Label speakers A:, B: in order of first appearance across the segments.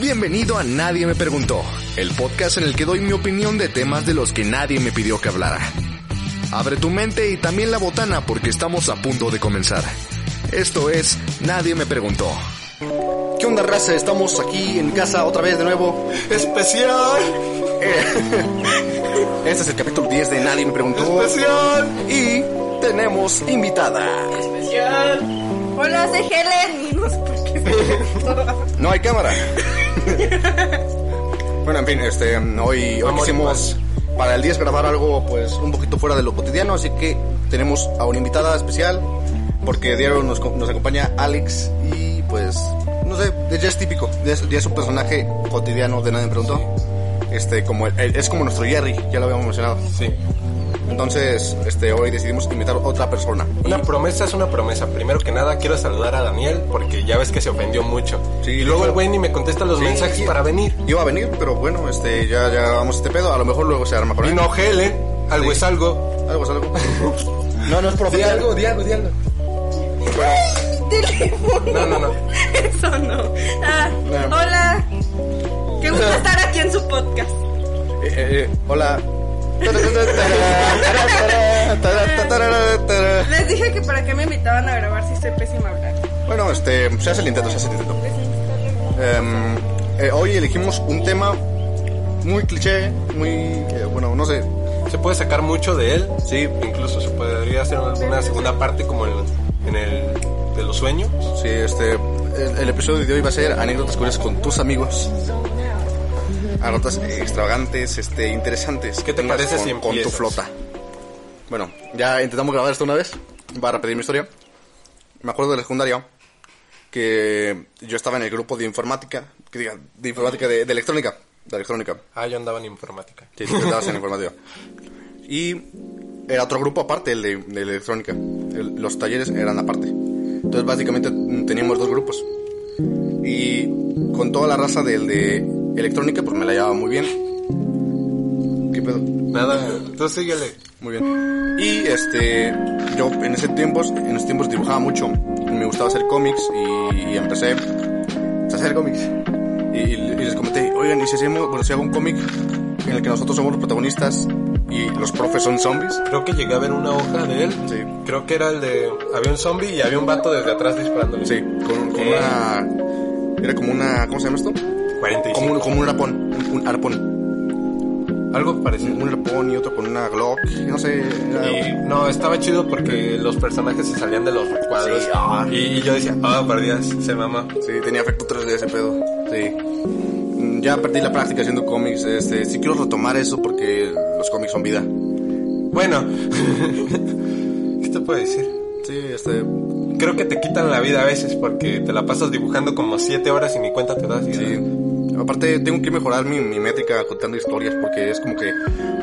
A: Bienvenido a Nadie me preguntó, el podcast en el que doy mi opinión de temas de los que nadie me pidió que hablara. Abre tu mente y también la botana porque estamos a punto de comenzar. Esto es Nadie me preguntó. ¿Qué onda raza? Estamos aquí en casa otra vez de nuevo.
B: Especial,
A: Este es el capítulo 10 de Nadie me preguntó
B: especial.
A: y tenemos invitada.
C: Hola, soy Helen. No sé por qué.
A: No hay cámara. bueno, en fin, este, hoy, hoy
B: Vamos,
A: quisimos para el 10 grabar algo pues un poquito fuera de lo cotidiano, así que tenemos a una invitada especial porque diario nos, co- nos acompaña Alex y pues no sé, ya es típico, ya es, ya es un personaje cotidiano de nadie me preguntó. Este, como el- el- es como nuestro Jerry, ya lo habíamos mencionado.
B: Sí.
A: Entonces, este, hoy decidimos invitar otra persona.
B: Una promesa es una promesa. Primero que nada, quiero saludar a Daniel porque ya ves que se ofendió mucho.
A: Sí,
B: y luego
A: sí.
B: el güey ni me contesta los
A: Sí,
B: mensajes
A: sí.
B: para venir.
A: Iba a venir, pero bueno, este, ya, ya vamos a este pedo, a lo mejor luego se arma con él.
B: Vino Helen, algo
A: Sí.
B: es algo.
A: Algo ¿eh? es algo. No, no es Eh,
B: Di algo, di algo, di algo.
C: Mi teléfono.
B: No, no, no.
C: Eso no. Ah,
A: No.
C: Hola. Qué gusto estar aquí en su podcast.
A: eh, hola.
C: Les dije que para qué me invitaban a grabar si soy pésima hablando.
A: Bueno, este, se hace el intento, se hace el intento. Em, eh, hoy elegimos un tema muy cliché, muy, eh, bueno, no sé.
B: Se puede sacar mucho de él.
A: Sí,
B: Incluso se podría hacer una segunda parte como el, en el de los sueños.
A: sí, este, el, el episodio de hoy va a ser anécdotas curiosas con tus amigos. Anécdotas extravagantes, este, interesantes.
B: ¿Qué te
A: Tengas
B: parece
A: con-
B: si
A: con tu
B: empiezas?
A: flota? Bueno, ya intentamos grabar esto una vez. Va a repetir mi historia. Me acuerdo de la secundaria que yo estaba en el grupo de informática, que diga, de informática, de, de electrónica. De electrónica.
B: Ah, yo andaba en informática.
A: Sí, tú estabas en informática. Y era otro grupo aparte, el de, de electrónica. El- los talleres eran aparte. Entonces, básicamente mm, teníamos dos grupos. Y con toda la raza del de electrónica, pues me la llevaba muy bien. ¿Qué pedo?
B: Nada, tú síguele.
A: Muy bien. Y este, yo en ese tiempos, en esos tiempos dibujaba mucho. Me gustaba hacer cómics y, y empecé a hacer cómics. Y, y- y les comenté, oigan, ¿y si, hacemos, bueno, si hago un cómic en el que nosotros somos los protagonistas y los profes son zombies?
B: Creo que llegué a ver una hoja de él.
A: Sí.
B: Creo que era el de. Había un zombie y había un vato desde atrás disparándole.
A: Sí, con, con
B: Eh.
A: una... Era como una... ¿Cómo se llama esto?
B: 45.
A: Como un, como un arpón. Un, un arpón.
B: Algo parecido.
A: Un arpón y otro con una Glock. No sé. era-
B: Y, no, estaba chido porque los personajes se salían de los cuadros.
A: Sí, ah.
B: Y yo decía, ah, por Dios, se mamó.
A: Sí, tenía efecto 3D ese pedo. Sí. Mm, Ya perdí la práctica haciendo cómics. Este, sí quiero retomar eso porque los cómics son vida.
B: Bueno, ¿qué te puedo decir?
A: Sí, este.
B: Creo que te quitan la vida a veces porque te la pasas dibujando como 7 horas y ni cuenta te das. y-
A: Sí. Aparte, tengo que mejorar mi, mi métrica contando historias porque es como que.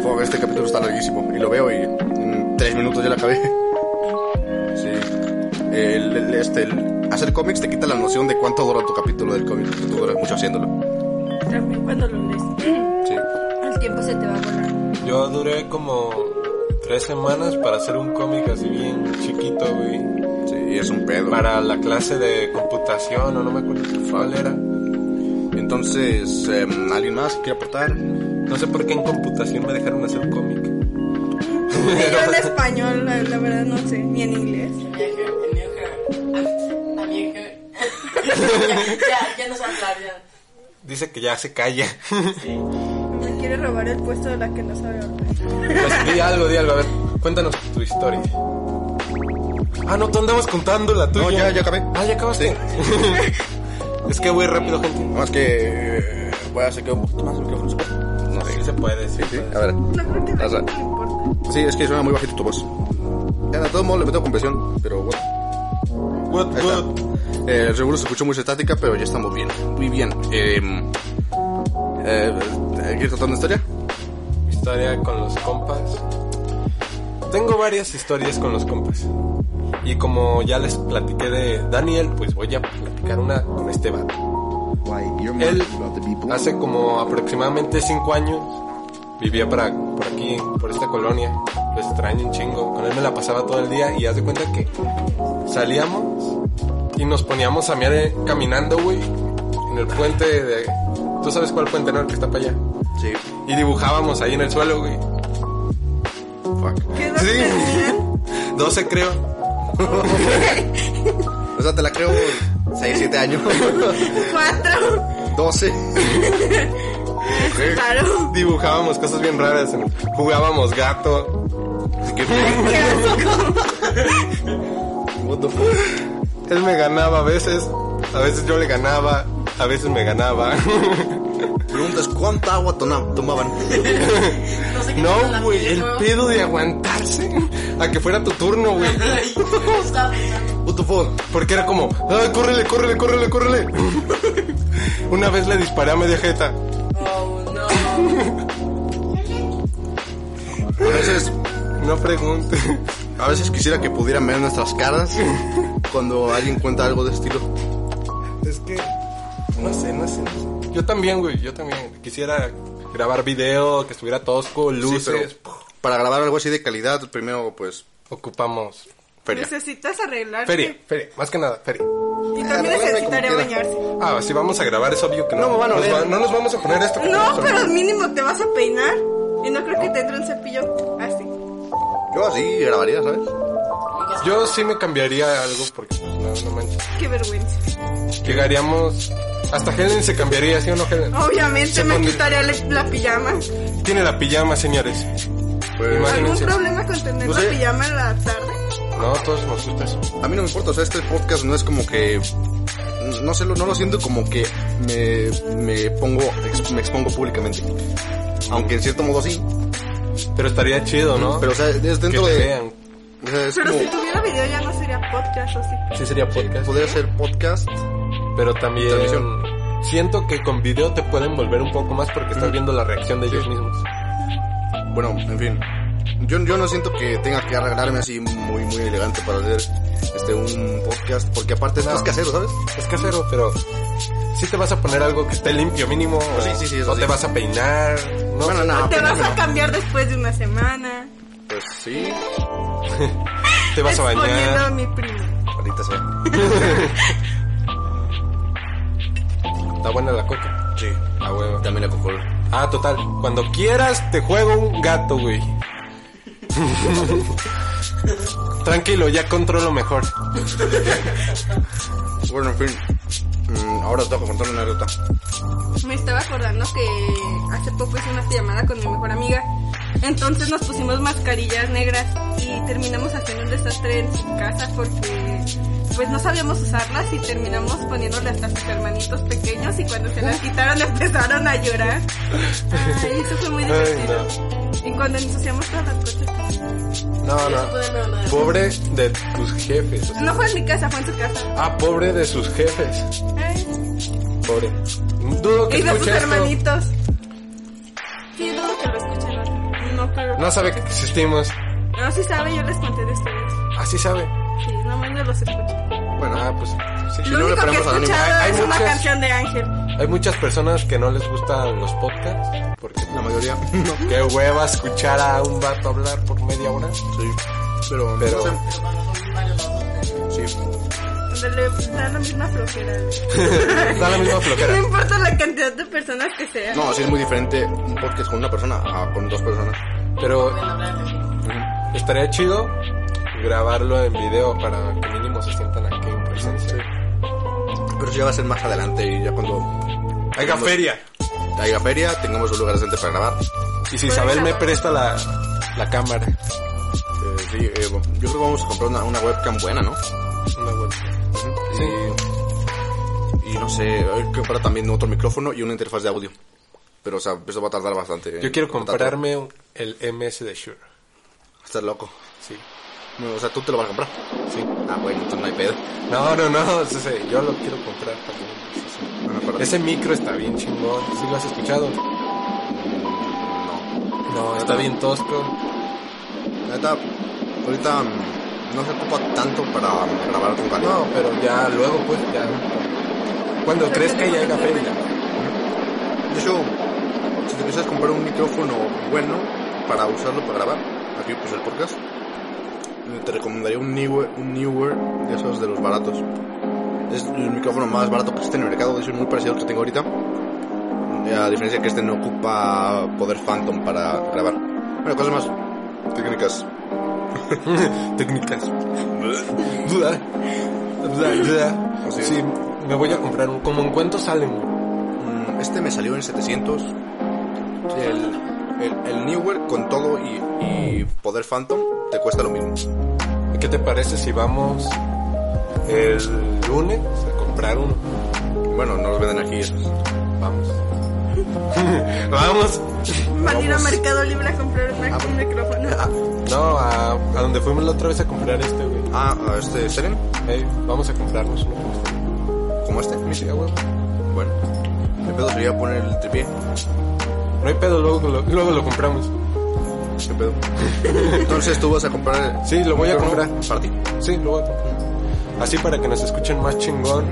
A: "Fua, este capítulo está larguísimo. Y lo veo y en tres minutos ya lo acabé. Sí. El, el- este, el- hacer cómics te quita la noción de cuánto dura tu capítulo del cómic. porque Tú duras mucho haciéndolo.
C: También cuando lo lees.
A: Sí.
C: El tiempo se te va a borrar.
B: Yo duré como 3 semanas para hacer un cómic así bien chiquito, güey.
A: Sí, y es un pedo.
B: Para la clase de computación o no me acuerdo cuál era.
A: Entonces, em, ¿alguien más quiere aportar?
B: No sé por qué en computación me dejaron hacer un cómic.
C: Y yo en español, la, la verdad no sé, ni en inglés.
D: Viejo, el viejo. Ah, viejo. ya, ya no se habla, ya.
B: Dice que ya se calla.
C: Me quiere robar el puesto de la que no sabe hablar.
B: Pues di algo, di algo. A ver, cuéntanos tu historia. Ah, no, tú andabas contando la tuya.
A: No, ya, ya acabé.
B: Ah, ya acabaste. es que voy rápido, gente.
A: Nada más que eh, voy a acercar un poquito más el micrófono. ¿se puede? No
B: Sí
A: sé.
B: se puede, sí.
A: Sí, sí, a ver.
C: No creo que
A: Raza.
C: no importa.
A: Sí, es que suena muy bajito tu voz. Ya, de todos modos le meto compresión, pero bueno.
B: What,
A: Ahí
B: what?
A: está. Eh, seguro se escuchó muy estática, pero ya estamos bien. Muy bien. Eh, eh, ¿Quieres contar una historia?
B: Historia con los compas. Tengo varias historias con los compas. Y como ya les platiqué de Daniel, pues voy a platicar una con este vato. Él hace como aproximadamente 5 años vivía para, por aquí, por esta colonia. Lo extraño un chingo. Con él me la pasaba todo el día y haz de cuenta que salíamos y nos poníamos a mear eh, caminando, güey. en el puente de... ¿Tú sabes cuál puente, no? El que está para allá.
A: Sí.
B: Y dibujábamos ahí en el suelo, güey.
A: Fuck.
C: ¿Qué edad
B: Sí.
C: tenían?
B: 12 creo.
A: O sea, te la creo 6, 7 años.
C: Cuatro.
A: 12.
C: Claro.
B: Dibujábamos cosas bien raras. Jugábamos gato.
A: Así que,
C: Qué asco.
A: what the fuck.
B: Él me ganaba a veces. A veces yo le ganaba. A veces me ganaba.
A: Preguntas, ¿cuánta agua tona- tomaban?
D: No sé qué tanto la
B: No, güey, el
D: pidió.
B: pedo de aguantarse a que fuera tu turno, güey.
D: Ay, yo Estaba pensando.
A: What the fuck.
B: Porque era como, ah, córrele, córrele, córrele, córrele. Una vez le disparé a media jeta.
D: Oh, no.
A: A veces,
B: No pregunte.
A: a veces quisiera que pudieran ver nuestras caras cuando alguien cuenta algo de estilo.
B: Es que, no sé, no sé. no sé. Yo también, güey, yo también. Quisiera grabar video, que estuviera tosco, luces.
A: Sí, pero para grabar algo así de calidad, primero, pues,
B: Ocupamos feria.
C: Necesitas arreglarte.
B: Feria, feria, más que nada, feria.
C: Y
A: Ah,
C: también
A: bueno,
C: necesitaré
A: como quiera.
C: bañarse.
B: Ah, si vamos a grabar, es obvio que no.
A: No me van a
B: nos
A: oler.
B: va- no nos vamos a poner esto. que nos
C: No,
B: oler.
C: pero mínimo te vas a peinar. Y no creo que te entre un cepillo así.
A: yo así grabaría, ¿sabes?
B: Yo sí me cambiaría algo porque no, no manches.
C: Qué vergüenza.
B: Llegaríamos. Hasta Helen se cambiaría, ¿sí o no, Helen?
C: Obviamente
B: Se
C: me
B: pone-
C: quitaré la, la pijama.
B: Tiene la pijama, señores.
A: Pues,
B: Imagínense.
C: ¿Algún problema con tener
A: No
C: la
A: sé.
C: pijama en la tarde?
B: No, todos nos gusta eso.
A: a mí no me importa, o sea, este podcast no es como que... No sé, lo- no lo siento como que me, me pongo, ex- me expongo públicamente. Aunque en cierto modo sí.
B: Pero estaría chido, ¿no?
A: Pero, o sea, es
B: Ah. que
A: dentro
B: te
A: de...
B: vean.
A: O sea, es
C: Pero
A: como...
C: si tuviera video ya no sería podcast o sí.
B: Sí sería podcast.
A: Podría ser podcast.
B: Pero también
A: Televisión.
B: siento que con video te pueden volver un poco más porque estás viendo la reacción de ellos mismos.
A: Bueno, en fin. Yo, yo no siento que tenga que arreglarme así muy, muy elegante para hacer este, un podcast. Porque aparte esto
B: No.
A: es casero, ¿sabes?
B: Es casero, pero sí te vas a poner algo que esté limpio mínimo. o-
A: sí, sí, sí, eso
B: o
A: sí.
B: te vas a peinar. No,
A: Bueno, no,
C: Te
A: pero-
C: vas a cambiar después de una semana.
A: Pues sí,
B: te vas a
C: Exponiendo
B: bañar.
C: mi primo.
A: maldita sea.
B: Está buena la coca.
A: Sí,
B: Ah, huevo.
A: también la cojo.
B: Ah, total. Cuando quieras te juego un gato, güey. Tranquilo, ya controlo mejor.
A: Bueno, en fin. Mm, ahora te tengo que contar una anécdota.
C: Me estaba acordando que hace poco hice una llamada con mi mejor amiga. Entonces nos pusimos mascarillas negras y terminamos haciendo un desastre en su casa porque pues no sabíamos usarlas y terminamos poniéndole hasta a sus hermanitos pequeños y cuando se las quitaron empezaron a llorar. Ay, eso fue muy
B: Ay,
C: divertido. Y cuando ensuciamos todas las cosas también.
B: No,
D: Eso puede
B: no.
D: no, no.
B: Pobre de tus jefes. o sea.
C: pues, No fue en mi casa, fue en su casa.
B: Ah, pobre de sus jefes.
C: Ay.
B: Pobre. Dudo que
C: Y de sus
B: escuche esto.
C: hermanitos. Sí, dudo que lo escuchen. No, pero.
B: No sabe que existimos.
C: No, sí sabe, yo les conté de ustedes.
B: Así sabe.
C: Sí, no menos los escucho.
B: Bueno, ah, pues sí.
A: Si no,
C: Lo
A: le
C: único que he
A: ponemos anónimo.
C: escuchado
B: Hay- hay
C: es una
B: muchas-
C: canción de Ángel.
B: Hay muchas personas que no les gustan los podcasts porque
A: La mayoría. No.
B: qué hueva escuchar a un vato hablar por media hora.
A: Sí. Pero,
B: Pero-
A: no
D: Pero cuando son varios los dos, eh,
A: sé. Sí.
C: Donde le da la misma flojera.
B: Da la misma
C: No
B: flojera.
C: importa la cantidad de personas que sea.
A: No, sí es muy diferente un podcast con una persona a con dos personas.
B: Pero
D: pueden hablar de-
B: estaría chido grabarlo en video para que mínimo se sientan aquí en presencia.
A: Pero eso ya va a ser más adelante y ya cuando
B: Haga feria.
A: haya feria tengamos un lugar decente para
B: Eh,
A: grabar.
B: Y si Isabel me presta la, la cámara.
A: Eh, sí, eh, yo creo que vamos a comprar una, una webcam buena, ¿no?
B: Una webcam. Sí.
A: Y, y no sé, hay que comprar también otro micrófono y una interfaz de audio. Pero, o sea, eso va a tardar bastante. en
B: Yo quiero
A: contratar.
B: comprarme un- el MS de Shure.
A: Estás loco.
B: Sí.
A: No, o sea, tú te lo vas a comprar.
B: Sí.
A: Ah, bueno, entonces no hay pedo.
B: No, no, no, sí, sí, yo lo quiero comprar también. sí, sí.
A: No me acuerdo.
B: Ese micro está bien chingón, ¿sí lo has escuchado?
A: No.
B: No, está bien tosco.
A: La neta, ahorita mm, no se ocupa tanto para grabar con calidad.
B: Ah, No, pero ya luego pues ya. Cuando crees que ya haya feria.
A: De hecho, si te quisieras comprar un micrófono bueno para usarlo para grabar, aquí pues el podcast, eh, te recomendaría un Newer, un Newer de esos de los baratos. Es el micrófono más barato que existe en el mercado, de hecho es muy parecido al que tengo ahorita. A diferencia que este no ocupa poder Phantom para grabar. Bueno, cosas más técnicas.
B: Técnicas. Duda. Duda, duda.
A: Así es.
B: Sí, me voy a comprar un. ¿Cómo en cuánto salen? güey?
A: Mm, Este me salió en 700. El, el, el Newer con todo y, y poder Phantom te cuesta lo mismo.
B: ¿Qué te parece si vamos el lunes a comprar uno?
A: Bueno, no los venden aquí esos.
B: Vamos. Vamos.
C: Para ir a Mercado Libre a comprar una- un micrófono.
B: No, a, a donde fuimos la otra vez a comprar este, güey.
A: Ah, ah, este Seren,
B: Ey, vamos a comprarnos uno como este.
A: como este.
B: Sí, a huevo.
A: Bueno, el pedo sería poner el tripié.
B: No hay pedo, luego lo, luego lo compramos.
A: ¿Qué pedo? Entonces tú vas a comprar.
B: Sí, lo voy a
A: micrófono
B: comprar.
A: Para ti.
B: Sí, lo voy a comprar. Así para que nos escuchen más chingón.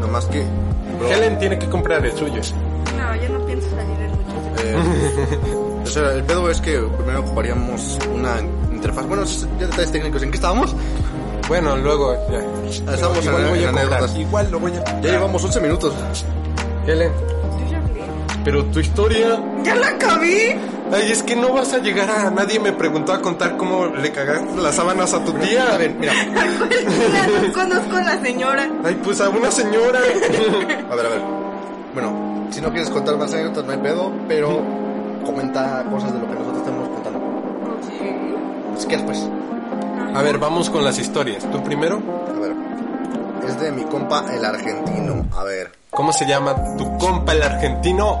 A: Nada más que. bro,
B: Helen tiene que comprar el suyo.
C: No, yo no pienso salir en mucho.
A: eh, o sea, el pedo es que primero ocuparíamos una interfaz. Bueno, eso es- ya detalles técnicos. ¿En qué estábamos?
B: Bueno, luego ya.
A: Estamos
B: igual
A: en-
B: lo voy
A: en
B: a comprar.
A: anécdotas.
B: Igual lo voy a comprar.
A: Ya llevamos 11 minutos.
B: Helen,
C: Yo ya hablé.
B: pero tu historia.
C: ¡Ya la acabé!
B: Ay, es que no vas a llegar a. Nadie me preguntó a contar cómo le cagaste las sábanas a tu tía.
A: A ver, mira.
C: Ya no conozco a la señora.
B: Ay, pues a una señora.
A: A ver, a ver. Bueno, si no quieres contar más anécdotas, no hay pedo, pero comenta cosas de lo que nosotros estamos contando. Si quieres, pues.
B: A ver, vamos con las historias. Tú primero,
A: A ver. Es de mi compa el argentino. A ver.
B: ¿cómo se llama tu compa el argentino?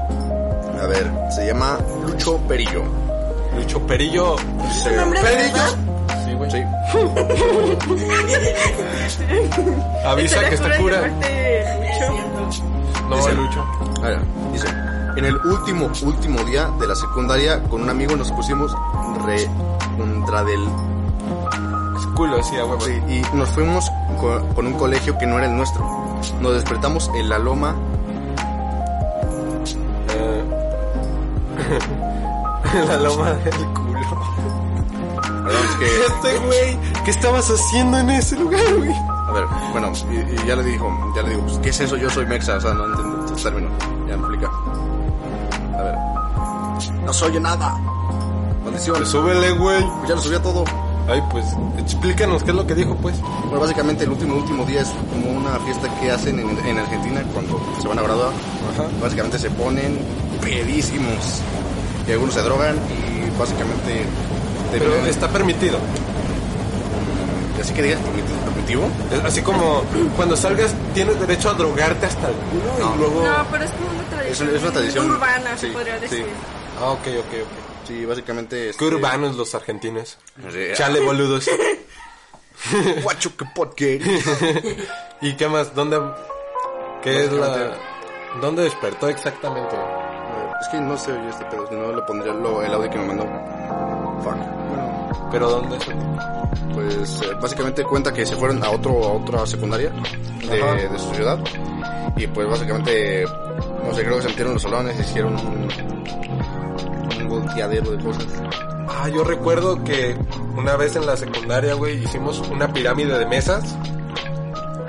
A: A ver. Se llama Lucho Perillo.
B: Lucho Perillo.
C: ¿Tu nombre de verdad?
B: Sí, güey.
A: Sí.
B: Avisa que está
C: cura.
B: cura. No,
A: Dice-
B: Lucho.
A: A ver. Dice. En el último, último día de la secundaria, con un amigo nos pusimos re contra del
B: Es culo, sí, a huevo.
A: Sí, y nos fuimos co- con, un colegio que no era el nuestro. Nos despertamos en la loma.
B: Eh, La loma del culo.
A: Perdón, es que-
B: Este güey, ¿qué estabas haciendo en ese lugar, güey?
A: A ver, bueno, y, y ya le dijo, ya le digo, pues, ¿qué es eso? Yo soy mexa, o sea, no entiendo estos términos. Ya me explica. A ver. No se oye nada.
B: Pues
A: Condiciones.
B: súbele, güey.
A: Pues ya lo subía todo.
B: Ay, pues, explícanos qué es lo que dijo, pues.
A: Bueno, básicamente el último, último día es como una fiesta que hacen en, en Argentina cuando se van a graduar.
B: Ajá.
A: Básicamente se ponen pedísimos. Y algunos se drogan y básicamente...
B: Pero
A: terminan- este,
B: está permitido.
A: Así que digas permiti- permitivo.
B: Es Así como cuando salgas tienes derecho a drogarte hasta el culo
A: No.
B: y luego...
C: No, pero es como una tradición.
A: Es una- es una tradición.
C: Urbana, se
A: Sí,
C: podría
A: sí.
C: decir.
B: Ah, ok, ok, ok.
A: Sí, básicamente este es...
B: Qué urbanos los argentinos.
A: Sí.
B: Chale, boludos.
A: Guacho, qué porquería.
B: ¿Y qué más? ¿Dónde... ¿Qué es la... ¿Dónde despertó exactamente?
A: Eh, Es que no se oye este pedo, si no le pondría lo- el audio que me mandó. Fuck. Bueno,
B: ¿Pero dónde es?
A: pues eh, básicamente cuenta que se fueron a otro a otra secundaria
B: Ajá.
A: de, de su ciudad. Y pues básicamente, no sé, creo que se metieron en los salones, hicieron un, un volteadero de cosas.
B: Ah, yo recuerdo que una vez en la secundaria, güey, hicimos una pirámide de mesas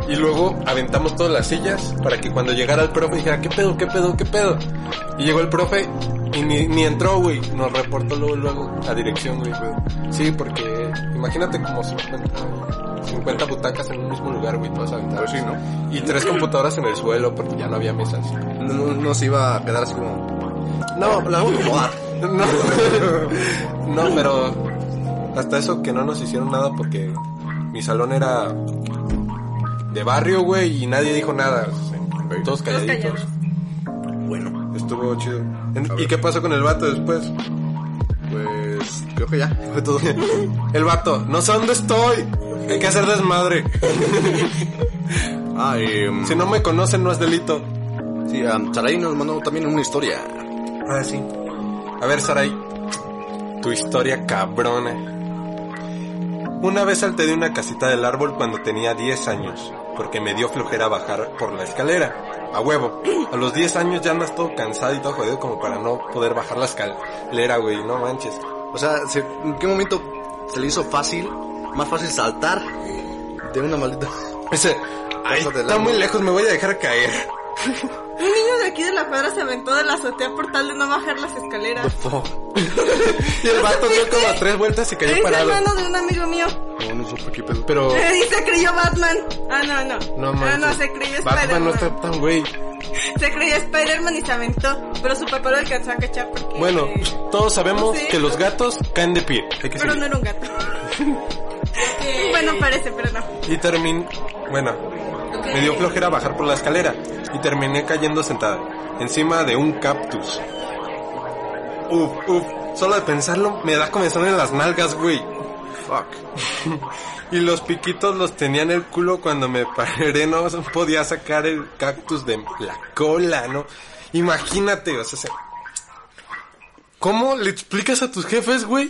B: y luego aventamos todas las sillas para que cuando llegara el profe dijera, ¿qué pedo, qué pedo, qué pedo? Y llegó el profe y ni, ni entró, güey, nos reportó luego, luego a dirección, güey. Sí, porque imagínate como 50, 50 butacas en un mismo lugar, güey, todas aventadas.
A: Pues sí, ¿no?
B: Y tres computadoras en el suelo porque ya no había mesas.
A: No, no- no se iba a quedar así como...
B: No, la
A: vamos a acomodar.
B: No, no, pero hasta eso que no nos hicieron nada porque mi salón era de barrio, güey, y nadie dijo nada. Todos calladitos.
C: callados.
A: Bueno,
B: Estuvo chido. En-
A: A
B: ¿Y
A: ver.
B: qué pasó con el vato después?
A: pues creo que ya.
B: Fue todo. El vato, no sé dónde estoy. Hay que hacer desmadre.
A: Ah, y... mm,
B: Si no me conocen, no es delito.
A: Sí, um, Sarai nos mandó también una historia.
B: Ah, sí. A ver, Saray, tu historia cabrona. Una vez salté de una casita del árbol cuando tenía 10 años, porque me dio flojera bajar por la escalera. A huevo. A los 10 años ya andas todo cansado y todo jodido como para no poder bajar la escalera, güey, no manches.
A: O sea, se- ¿en qué momento se le hizo fácil, más fácil saltar de una maldita?
B: Ese, Ay,
A: Casa del
B: está
A: Amo.
B: muy lejos, me voy a dejar caer.
C: Un niño de aquí de la cuadra se aventó de la azotea por tal de no bajar las escaleras.
B: y el vato dio como tres vueltas y
C: Es
B: cayó parado.
C: hermano de un amigo mío.
A: No, no supe qué pedo.
B: Pero
C: Eh, Y se creyó Batman. Ah, no, no.
B: no
C: ah,
B: manches.
C: no, se creyó
B: Batman no
C: Spider-Man.
B: está tan güey.
C: Se creyó Spider-Man y se aventó. Pero su papá lo alcanzó a cachar porque.
B: Bueno, todos sabemos
C: Sí.
B: que los gatos caen de pie. Hay que
C: Pero
B: seguir.
C: no era un gato. bueno, parece, pero no.
B: Y terminé, bueno, me dio flojera bajar por la escalera y terminé cayendo sentada, encima de un cactus. Uf, uf, solo de pensarlo me da comezón en las nalgas, güey. Fuck. y los piquitos los tenía en el culo cuando me paré, no podía sacar el cactus de la cola, ¿no? Imagínate, o sea, se- ¿cómo le explicas a tus jefes, güey?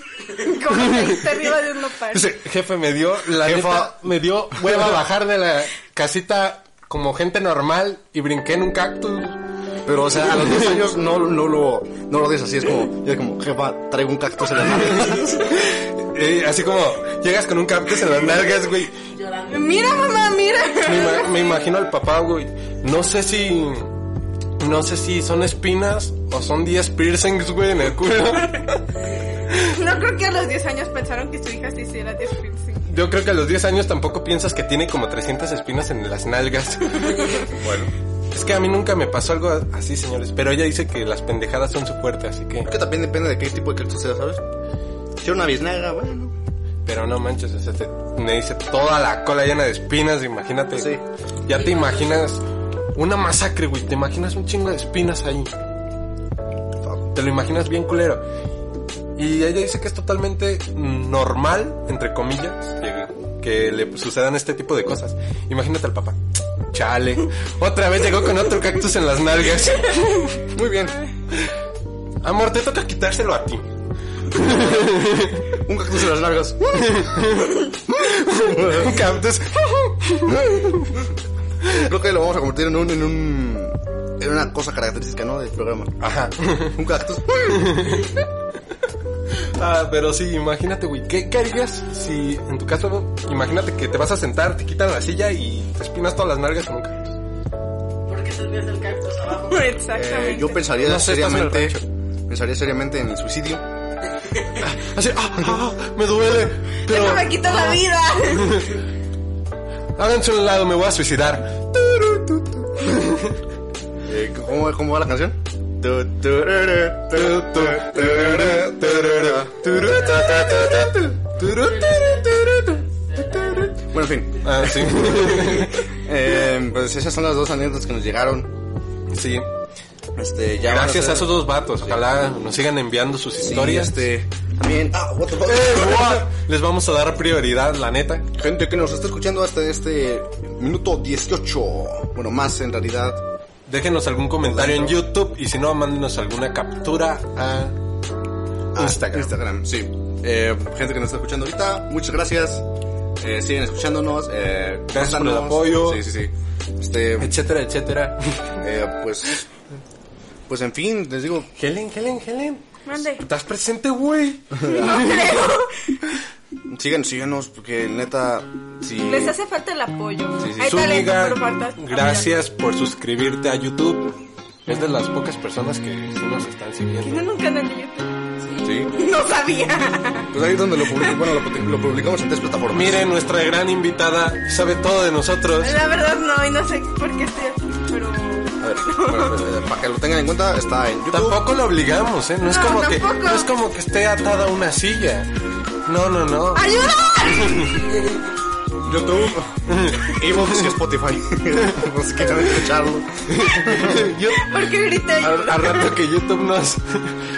C: Como caíste arriba de un nopal.
B: Dice, jefe, me dio, la
A: Jefa.
B: neta, me dio hueva bajar de la casita como gente normal y brinqué en un cactus.
A: Pero, o sea, a los 10 años no, no, lo, no lo dices así, es como, es como, jefa, traigo un cactus en la mano.
B: Eh, así como llegas con un cactus en las nalgas, güey.
D: Llorando.
C: Mira, mamá, mira.
B: Me, ima- me imagino al papá, güey. No sé si, no sé si son espinas o son 10 piercings, güey, en el culo.
C: No creo que a los 10 años pensaron que su hija se hiciera 10 piercing.
B: Yo creo que a los 10 años tampoco piensas que tiene como 300 espinas en las nalgas. bueno. Es que a mí nunca me pasó algo así, señores. Pero ella dice que las pendejadas son su fuerte, así que...
A: Creo que también depende de qué tipo de cactus sea, ¿sabes? Si era una biznaga, bueno.
B: Pero no manches, o sea, te- me dice toda la cola llena de espinas, imagínate.
A: Sí.
B: Ya te imaginas una masacre, güey. Te imaginas un chingo de espinas ahí. Te lo imaginas bien culero. Y ella dice que es totalmente normal, entre comillas, que, que le sucedan este tipo de cosas. Imagínate al papá. Chale. Otra vez llegó con otro cactus en las nalgas. Muy bien. Amor, te toca quitárselo a ti.
A: Un cactus en las largas.
B: Un cactus.
A: Creo que lo vamos a convertir en un, en un, en una cosa característica, ¿no? Del programa.
B: Ajá.
A: Un cactus.
B: Ah, pero sí, imagínate, güey. ¿qué, qué harías si, en tu caso, imagínate que te vas a sentar, te quitan la silla y te espinas todas las nalgas con un cactus?
D: ¿Por qué tendrías el cactus abajo?
C: Exactamente.
A: Eh, yo pensaría
B: No sé, estás en el
A: seriamente,
B: rancho.
A: pensaría seriamente en el suicidio.
B: Así, ah, ah, me duele. Pero,
C: Eso me quitó
B: Ah.
C: la vida.
B: háganse a un lado, me voy a suicidar.
A: Eh, ¿cómo, ¿Cómo va la canción? Tu, tururu, tu, tu, tururu, tururu. Bueno, en fin.
B: Ah, sí.
A: Eh, pues esas son las dos anécdotas que nos llegaron.
B: Sí.
A: Este, ya van
B: Gracias
A: ser-
B: a esos dos vatos. Ojalá nos sigan enviando sus
A: Sí,
B: historias.
A: este, también. Ah, what the fuck.
B: Eh, what? Les vamos a dar prioridad, la neta.
A: Gente que nos está escuchando hasta este minuto 18. Bueno, más en realidad.
B: Déjenos algún comentario en YouTube y si no, mándenos alguna captura a
A: Ah,
B: Instagram.
A: Instagram, sí. Eh, gente que nos está escuchando ahorita, muchas gracias. Eh, siguen escuchándonos. Eh,
B: Gracias por el
A: coméntanos.
B: apoyo.
A: Sí, sí, sí. Este,
B: etcétera, etcétera.
A: eh, pues. Pues en fin, les digo,
B: Helen, Helen, Helen.
C: Mande.
B: ¿Estás presente, güey?
C: No creo.
A: sigan, síganos, porque neta, si.
C: Les hace falta el apoyo.
A: Sí, sí.
C: Hay talento,
B: Zúñiga,
C: pero falta. apoyo.
B: gracias por suscribirte a YouTube. Es de las pocas personas que sí nos están
C: No,
B: siguiendo.
C: nunca en YouTube.
A: Sí.
C: No sabía.
A: Pues ahí es donde lo publicamos, bueno, lo, public- lo publicamos en tres plataformas.
B: Miren, nuestra gran invitada sabe todo de nosotros.
C: La verdad no, y no sé por qué estoy aquí, pero...
A: A ver, bueno, pues, eh, para que lo tengan en cuenta, está en YouTube.
B: Tampoco la obligamos, ¿eh? No es,
C: No,
B: como que,
C: tampoco.
B: no es como que esté atada a una silla. No, no, no.
C: ¡Ayuda!
A: YouTube, Evox y Spotify. Por si quieren escucharlo.
B: Yo-
C: ¿Por qué grité?
B: al, al rato que YouTube nos,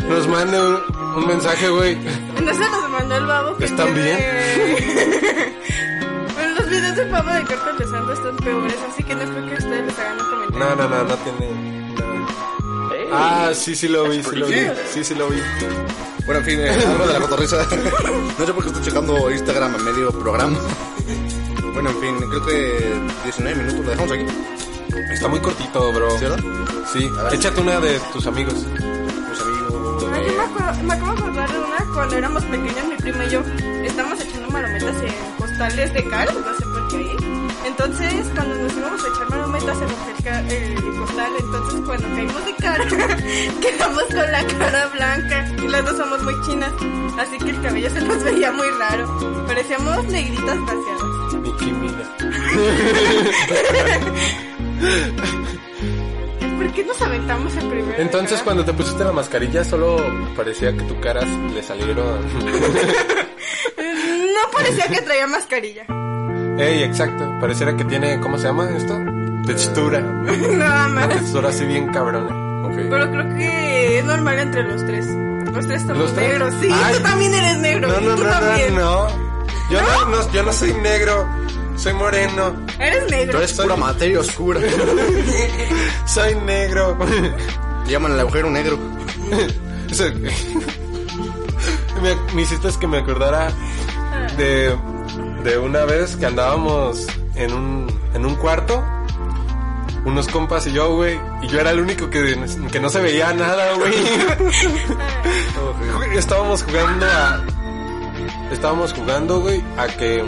B: nos mande un, un mensaje, güey.
C: No se los mandó el babo. que
B: ¿Están
C: tiene-
B: bien?
C: Bueno, los videos del babo de Carta de Sandro están peores, así que no creo que ustedes les hagan un comentario.
B: No, no, no, no tiene. Ah, sí, sí lo vi, sí lo vi. Sí, sí lo vi.
A: Bueno, en fin, eh, algo de la cotorrisa. No sé por qué estoy checando Instagram a medio programa. Bueno, en fin, creo que 19 minutos lo dejamos aquí.
B: Está muy cortito, bro.
A: ¿Sí, verdad?
B: Sí,
A: A ver.
B: échate una de tus amigos.
A: Pues amigos.
C: Ay, yo me, acuerdo- me acabo de acordar de una cuando éramos pequeños, mi prima y yo estábamos echando marometas en costales de cal, no sé por caí. Entonces, cuando nos íbamos a echar marometa, se nos acerca el costal. Entonces, cuando caímos de cara, quedamos con la cara blanca. Y las dos somos muy chinas. Así que el cabello se nos veía muy raro. Parecíamos negritas vaciadas.
B: Nicki Minaj.
C: ¿Por qué nos aventamos el primero?
B: Entonces cuando te pusiste la mascarilla solo parecía que tu cara le salieron...
C: No parecía que traía mascarilla.
B: Ey, exacto. Pareciera que tiene, ¿cómo se llama esto? Textura.
C: Nada
B: Una
C: más.
B: textura así bien cabrona. Ok.
C: Pero creo que es normal entre los tres. Los tres somos
B: ¿Los tres?
C: negros. Sí,
B: Ay.
C: tú también eres negro.
B: No,
C: y
B: no,
C: tú
B: no, no,
C: también.
B: no. Yo no, no, yo no soy negro. Soy moreno.
C: Eres
A: Tú
C: negro.
A: eres pura materia oscura.
B: Soy negro.
A: Llaman al agujero negro.
B: O sea, me, me hiciste que me acordara de, de una vez que andábamos en un, en un cuarto, unos compas y yo, güey, y yo era el único que, que no se veía nada, güey. Ju- estábamos jugando a... Estábamos jugando, güey, a que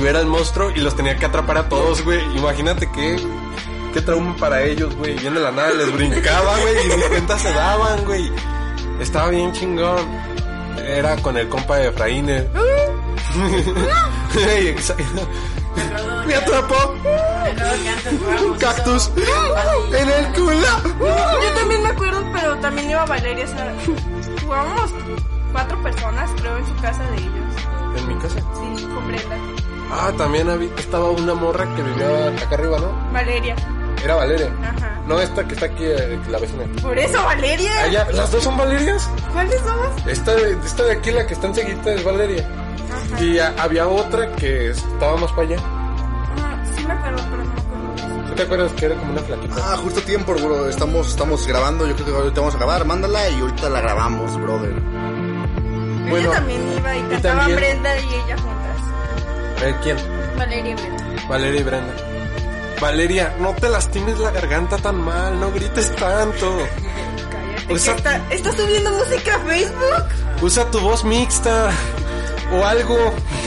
B: hubiera el monstruo y los tenía que atrapar a todos, güey. Imagínate que... Qué trauma para ellos, güey. Bien de la nada les brincaba, güey, y ni cuenta se daban, güey. Estaba bien chingón. Era con el compa de Efraín. eh. Ey, exacto.
D: Me acuerdo
B: Me atrapó
D: me acuerdo que antes
B: un
D: jugábamos
B: cactus
D: eso.
B: en el culo.
C: Uh, Yo también me acuerdo, pero también iba Valeria. o sea, Jugábamos cuatro personas, creo, en su casa de ellos.
B: En mi casa.
C: Sí, con Brenda.
B: Ah, también había, estaba una morra que vivía acá arriba, ¿no?
C: Valeria.
B: Era Valeria.
C: Ajá.
B: No, esta que está aquí, eh, la vecina.
C: Por eso, Valeria.
B: Allá, ¿las dos son Valerias?
C: ¿Cuáles somos?
B: Esta, de- esta de aquí, la que está enseguida, es Valeria.
C: Ajá.
B: Y ah, había otra que estaba más para allá.
C: Ah, sí me acuerdo, pero no me acuerdo.
B: ¿Sí te acuerdas que era como una flaquita?
A: Ah, justo tiempo, bro. Estamos, estamos grabando. Yo creo que ahorita vamos a grabar. Mándala y ahorita la grabamos, brother.
B: Bueno,
C: ella también iba y cantaban
B: también-
C: Brenda y ella juntas.
B: Eh, ¿Quién?
C: Valeria y Brenda.
B: Valeria y Brenda. Valeria, no te lastimes la garganta tan mal, no grites tanto.
C: Cállate.
B: O sea-
C: que está, ¿Estás subiendo música a Facebook?
B: Usa tu voz mixta o algo.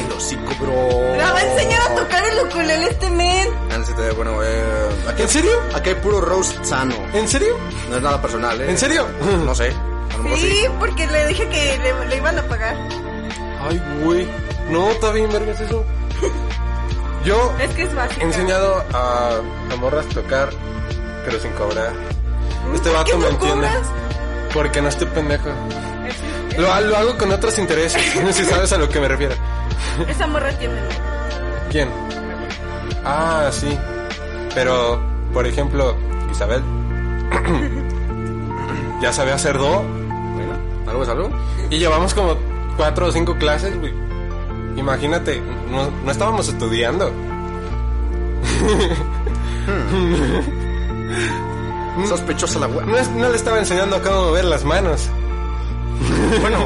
A: El hocico, bro.
C: La va a enseñar a tocar el ukulele este men.
A: Ah, no, sí, te- Bueno, eh, aquí,
B: ¿En serio?
A: aquí hay puro roast sano.
B: ¿En serio?
A: No es nada personal, ¿eh?
B: ¿En serio?
A: No sé. A
B: ¿Oh,
A: lo mejor sí.
C: Sí, porque le dije que le, le iban a pagar.
B: Ay, güey. No, está bien, vergas eso. Yo
C: Es que es básico.
B: he enseñado a, a morras a tocar, pero sin cobrar. Este
C: ¿Por qué
B: vato me
C: no
B: entiende.
C: cobras?
B: Porque no estoy pendejo.
C: Es-
B: Lo, lo hago con otros intereses, si sabes a lo que me refiero.
C: Esa morra tiene. ¿no?
B: ¿Quién? Ah, sí. Pero, por ejemplo, Isabel. ya sabe hacer do.
A: Bueno, ¿algo es algo?
B: Y llevamos como cuatro o cinco clases, güey. Imagínate, no, no estábamos estudiando. Mm.
A: Sospechosa la wea.
B: No, es- no le estaba enseñando cómo mover las manos.
A: Bueno.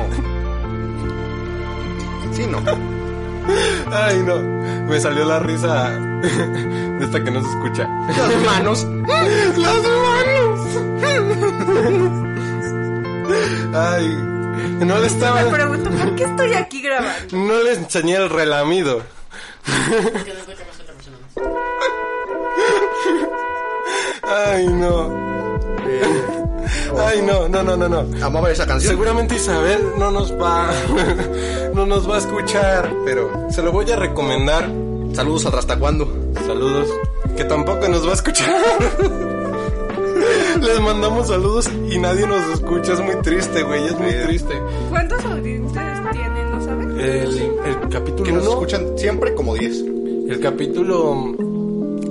A: Sí, no.
B: Ay, no. Me salió la risa de esta que no se escucha.
A: Las manos.
B: ¡Las manos! Ay, no le estaba...
C: Me pregunto, ¿por qué estoy aquí grabando?
B: No le enseñé el relamido.
D: Porque no encontramos otra persona más.
B: Ay, no.
A: Eh.
B: Ay, no, no, no, no, no.
A: Amaba esa canción.
B: Seguramente Isabel no nos va no nos va a escuchar, pero se lo voy a recomendar.
A: Saludos a Rastacuando.
B: Saludos, que tampoco nos va a escuchar. Les mandamos saludos y nadie nos escucha, es muy triste, güey, es muy triste.
C: ¿Cuántos audiencias tienen? ¿No sabes?
B: El, el capítulo
A: Que nos
B: uno-
A: escuchan siempre como 10.
B: el capítulo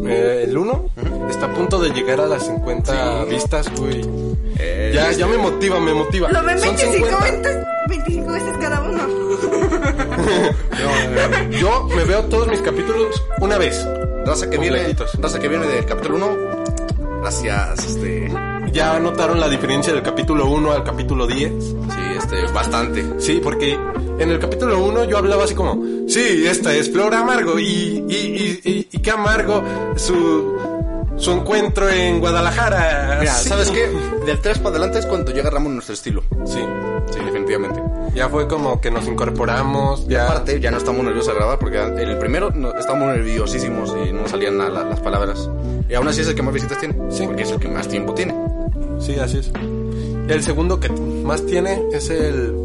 B: eh, el 1 está a punto de llegar a las 50 vistas, güey. Ya, ya me motiva, me motiva.
C: Lo ven
B: Son
C: 25
B: 50.
C: veces, 25 veces cada uno.
B: Yo me veo todos mis capítulos una vez.
A: Raza que viene.
B: Completitos.
A: Raza que viene del capítulo 1. Gracias, este.
B: ¿Ya notaron la diferencia del capítulo 1 al capítulo 10?
A: Sí, este, bastante.
B: Sí, porque en el capítulo 1 yo hablaba así como, sí, esta es Flor Amargo y, y, y, y- y qué amargo su, Su encuentro en Guadalajara.
A: Mira,
B: Sí.
A: ¿sabes qué? Del 3 para adelante es cuando llega Ramón nuestro estilo.
B: Sí.
A: Sí, definitivamente.
B: Ya fue como que nos incorporamos.
A: Y
B: Ya.
A: aparte, ya no estamos nerviosos a grabar porque en el primero no- estábamos nerviosísimos y no salían nada la- las palabras. Y aún así es el que más visitas tiene.
B: Sí.
A: Porque es el que más tiempo tiene.
B: Sí, así es. El segundo que más tiene es el.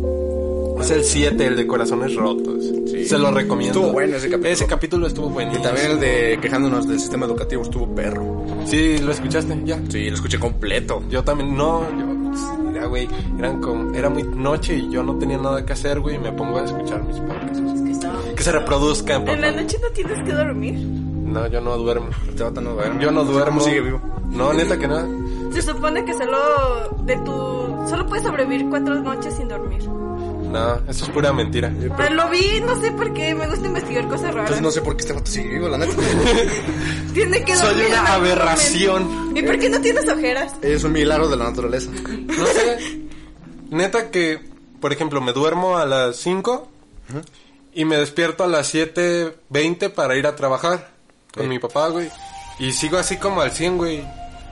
B: Es el 7, el de corazones rotos.
A: Sí.
B: Se lo recomiendo.
A: Estuvo bueno ese capítulo.
B: Ese capítulo estuvo bueno.
A: Y también el de quejándonos del sistema educativo estuvo perro.
B: Sí, lo escuchaste, ya.
A: Sí, lo escuché completo.
B: Yo también, no, yo, mira, güey, eran como, era muy noche y yo no tenía nada que hacer, güey, y me pongo a escuchar mis podcasts.
D: Es que estaba.
B: Que se reproduzcan,
C: En la
B: papá.
C: noche no tienes que dormir.
B: No, yo no duermo.
A: Este vato no duerme.
B: Yo no
A: sé cómo
B: duermo.
A: sigue vivo?
B: No, neta que nada.
C: Se supone que solo de tu... Solo puedes sobrevivir cuatro noches sin dormir.
B: No, eso es pura mentira.
C: Pero lo vi, no sé por qué, me gusta investigar cosas raras.
A: Entonces no sé por qué este vato sigue vivo, la neta.
C: Tiene que
B: Soy
C: dormir
B: una
C: en algún
B: aberración.
C: momento. ¿Y por qué no tienes ojeras?
A: es un milagro de la naturaleza.
B: No sé. Neta que, por ejemplo, me duermo a las 5 y me despierto a las 7.20 para ir a trabajar con mi papá, güey. Y sigo así como al 100, güey.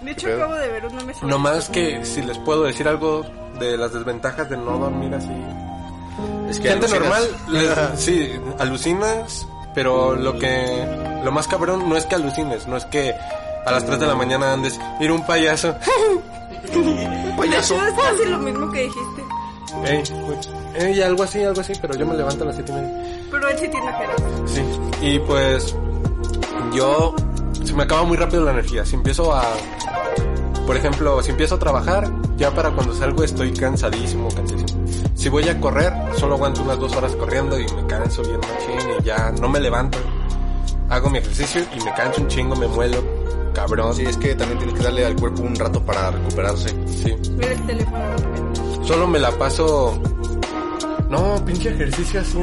C: De hecho,
A: ¿Qué pedo?
C: acabo de ver una mesa.
B: No más que si les puedo decir algo de las desventajas de no dormir así.
A: Es
B: Gente
A: alucinas.
B: normal, les- sí, alucinas, pero lo que lo más cabrón no es que alucines, no es que a las 3 de la mañana andes ir un payaso.
A: Un
C: De
A: payaso.
C: hecho, es casi lo mismo que dijiste.
B: Ey, güey, ey, algo así, algo así, pero yo me levanto a las 7 y media.
C: Pero él sí tiene ojeras.
B: Sí, y pues yo se me acaba muy rápido la energía. Si empiezo a, por ejemplo, si empiezo a trabajar, ya para cuando salgo estoy cansadísimo, cansadísimo. Si voy a correr, solo aguanto unas dos horas corriendo y me canso bien machín y ya no me levanto. Hago mi ejercicio y me canso un chingo, me muelo, cabrón.
A: Sí,
B: Sí,
A: es que también tienes que darle al cuerpo un rato para recuperarse.
B: sí.
C: Mira el teléfono.
B: Solo me la paso. No, pinche ejercicio así.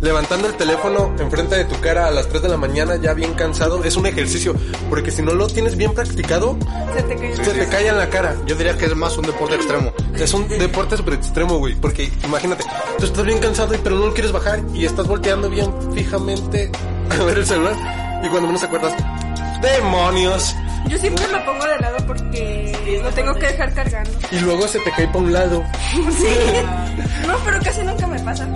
B: Levantando el teléfono enfrente de tu cara a las 3 de la mañana, ya bien cansado, es un ejercicio. Porque si no lo tienes bien practicado,
C: Se te cayó.
B: se te cae en la cara.
A: Yo diría que es más un deporte extremo.
B: Es un deporte super extremo, güey. Porque imagínate, tú estás bien cansado, y- pero no lo quieres bajar y estás volteando bien fijamente a ver el celular. Y cuando menos te acuerdas, ¡demonios!
C: Yo siempre lo pongo de lado porque lo tengo que dejar cargando.
B: Y luego se te cae para un lado.
C: Sí. No, pero casi nunca me pasa.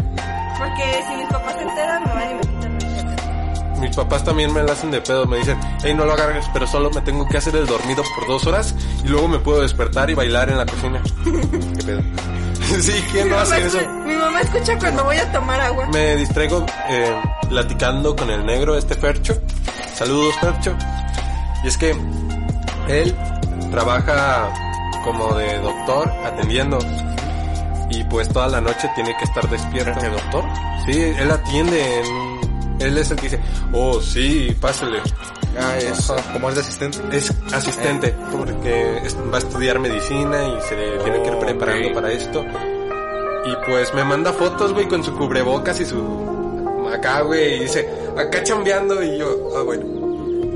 C: Porque si mis papás se enteran, me van y me quitan la ojeras.
B: Mis papás también me la hacen de pedo, me dicen, hey, no lo agarres, pero solo me tengo que hacer el dormido por dos horas y luego me puedo despertar y bailar en la cocina.
A: ¿Qué pedo?
B: sí, ¿quién
C: Mi
B: no
C: mamá
B: hace eso?
C: escu- Mi mamá escucha cuando voy a tomar agua.
B: Me distraigo eh, platicando con el negro, este Fercho. Saludos, Fercho. Y es que él trabaja como de doctor atendiendo. Y pues toda la noche tiene que estar despierto. ¿De doctor? Sí, él atiende. en- Él es el que dice, oh, sí, pásele.
A: Ah, es
B: Ajá.
A: como es de asistente.
B: Es asistente, porque es- va a estudiar medicina y se tiene que ir
A: Oh,
B: preparando
A: ok.
B: para esto. Y pues me manda fotos, güey, con su cubrebocas y su... Acá, güey, y dice, acá chambeando y yo, ah, bueno.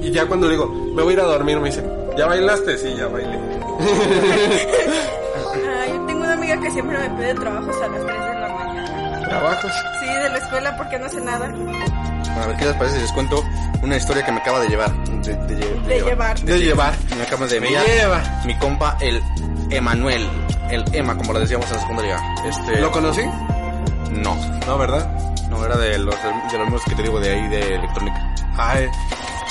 B: Y ya cuando le digo, me voy a ir a dormir, me dice, ¿ya bailaste? Sí, ya bailé.
C: Ah, yo tengo una amiga que siempre me pide trabajos a las 3 de la mañana.
B: Trabajos.
C: Sí, de la escuela porque no sé nada.
A: A ver, ¿qué les parece si les cuento una historia que me acaba de llevar? De, de lle- de
C: De llevar.
B: De llevar.
A: Me acaba de
B: Me
A: enviar
B: lleva.
A: Mi compa, el Emanuel. El Ema, como lo decíamos en la secundaria. Este...
B: ¿Lo conocí?
A: No.
B: No, ¿verdad?
A: No, era de los, de los mismos que te digo de ahí, de electrónica.
B: Ay,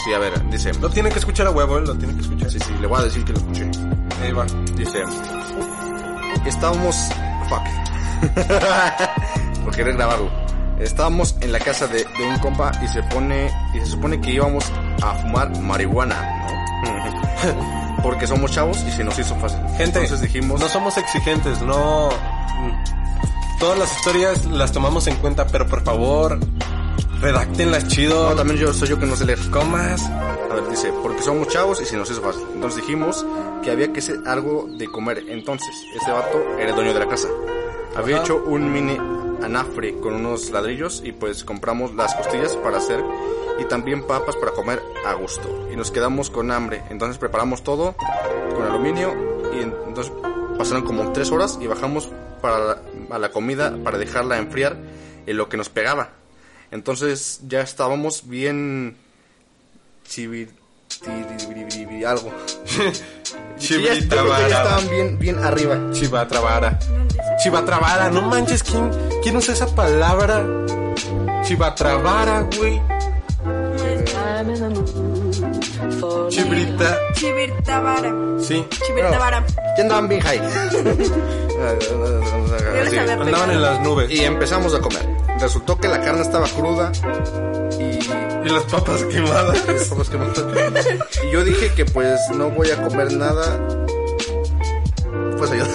A: Sí, a ver, dice...
B: lo tiene que escuchar a huevo, él lo tiene que escuchar.
A: Sí, sí, le voy a decir que lo escuché.
B: Ahí va.
A: Dice... Estábamos... Fuck. Por querer grabarlo. Estábamos en la casa de, de un compa y se pone... Y se supone que íbamos a fumar marihuana, ¿no? Porque somos chavos y se nos hizo fácil.
B: Gente,
A: Entonces dijimos...
B: no somos exigentes, no... mm, Todas las historias las tomamos en cuenta, pero por favor, redáctenlas chido.
A: No, también yo soy yo que no sé leer.
B: comas.
A: A ver, dice, porque somos chavos y se nos hizo fácil. Entonces dijimos que había que hacer algo de comer. Entonces, este vato era el dueño de la casa. Había
B: Ajá.
A: hecho un mini anafre con unos ladrillos y pues compramos las costillas para hacer y también papas para comer a gusto. Y nos quedamos con hambre. Entonces preparamos todo con aluminio y en- entonces pasaron como tres horas y bajamos para la, a la comida para dejarla enfriar en lo que nos pegaba. Entonces ya estábamos bien Chibi- tiri- biri- biri- biri- y algo.
B: Chibrita
A: Sí, ya- yo creo que ya
B: vara.
A: estaban bien, bien arriba.
B: Chivatrabara. Chivatrabara, no manches, ¿quién, quién usa esa palabra? Chivatrabara, güey. Chibrita,
C: Chibertabara.
B: sí.
C: Chibertabara.
A: Ya andaban bien high.
C: Yo les
A: Sí.
C: había
B: Andaban en
C: pegado.
B: las nubes.
A: Y
B: Y,
A: empezamos a comer. Resultó que la carne estaba cruda y
B: y las papas quemadas.
A: Somos que más- Y yo dije que pues no voy a comer nada. Pues ayuda.